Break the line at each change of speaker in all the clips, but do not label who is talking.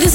this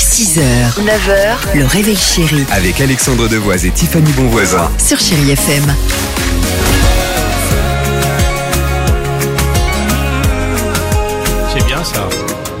6h, 9h, le réveil chéri
avec Alexandre Devoise et Tiffany Bonvoisin.
sur Chérie FM.
C'est bien ça.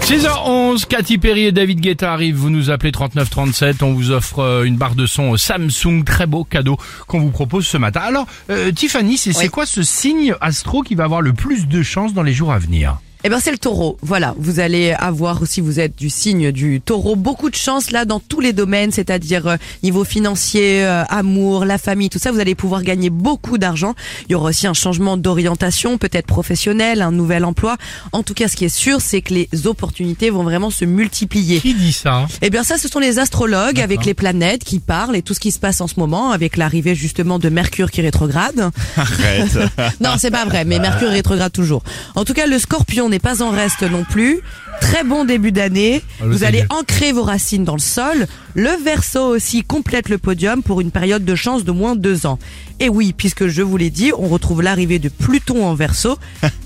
6h11, Cathy Perry et David Guetta arrivent, vous nous appelez 3937, on vous offre euh, une barre de son Samsung, très beau cadeau qu'on vous propose ce matin. Alors, euh, Tiffany, c'est c'est quoi ce signe astro qui va avoir le plus de chance dans les jours à venir
Eh ben c'est le taureau. Voilà, vous allez avoir si vous êtes du signe du taureau beaucoup de chance là dans tous les domaines, c'est-à-dire euh, niveau financier, euh, amour, la famille, tout ça, vous allez pouvoir gagner beaucoup d'argent. Il y aura aussi un changement d'orientation, peut-être professionnel, un nouvel emploi. En tout cas, ce qui est sûr, c'est que les opportunités vont vraiment se multiplier.
Qui dit ça
Eh bien ça, ce sont les astrologues avec les planètes qui parlent et tout ce qui se passe en ce moment avec l'arrivée justement de Mercure qui rétrograde. Arrête. non, c'est pas vrai, mais Mercure rétrograde toujours. En tout cas, le Scorpion n'est pas en reste non plus. Très bon début d'année.
Ah, le
Vous allez
Seigneur.
ancrer vos racines dans le sol. Le Verseau aussi complète le podium pour une période de chance de moins deux ans. Et oui, puisque je vous l'ai dit, on retrouve l'arrivée de Pluton en Verseau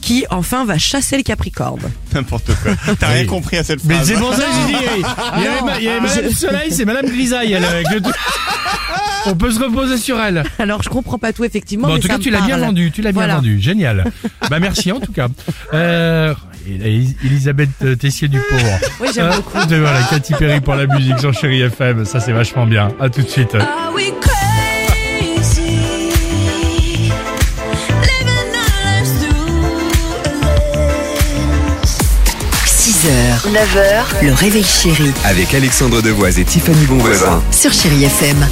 qui enfin va chasser le Capricorne.
N'importe quoi. T'as rien compris à cette
Mais
phrase.
c'est pour ça que j'ai dit, hey, il y avait, ma- il y avait Madame Soleil, c'est Madame Grisaille, elle, avec le tout. On peut se reposer sur elle.
Alors je comprends pas tout effectivement.
Bon, en
mais
tout
ça
cas,
me
tu l'as bien
parle.
vendu, tu l'as bien
Voilà.
vendu, génial. Bah merci en tout cas. Euh, Elis- Elisabeth euh, Tessier du pauvre.
Oui, j'aime
Euh, de- voilà, Katy Perry pour la musique sur Chéri FM, ça c'est vachement bien. À tout de suite.
Are we crazy? Living our lives through a lens.
6h, 9h, le réveil chéri
Avec Alexandre Devoise et Tiffany Bonvoisin.
sur Chérie FM.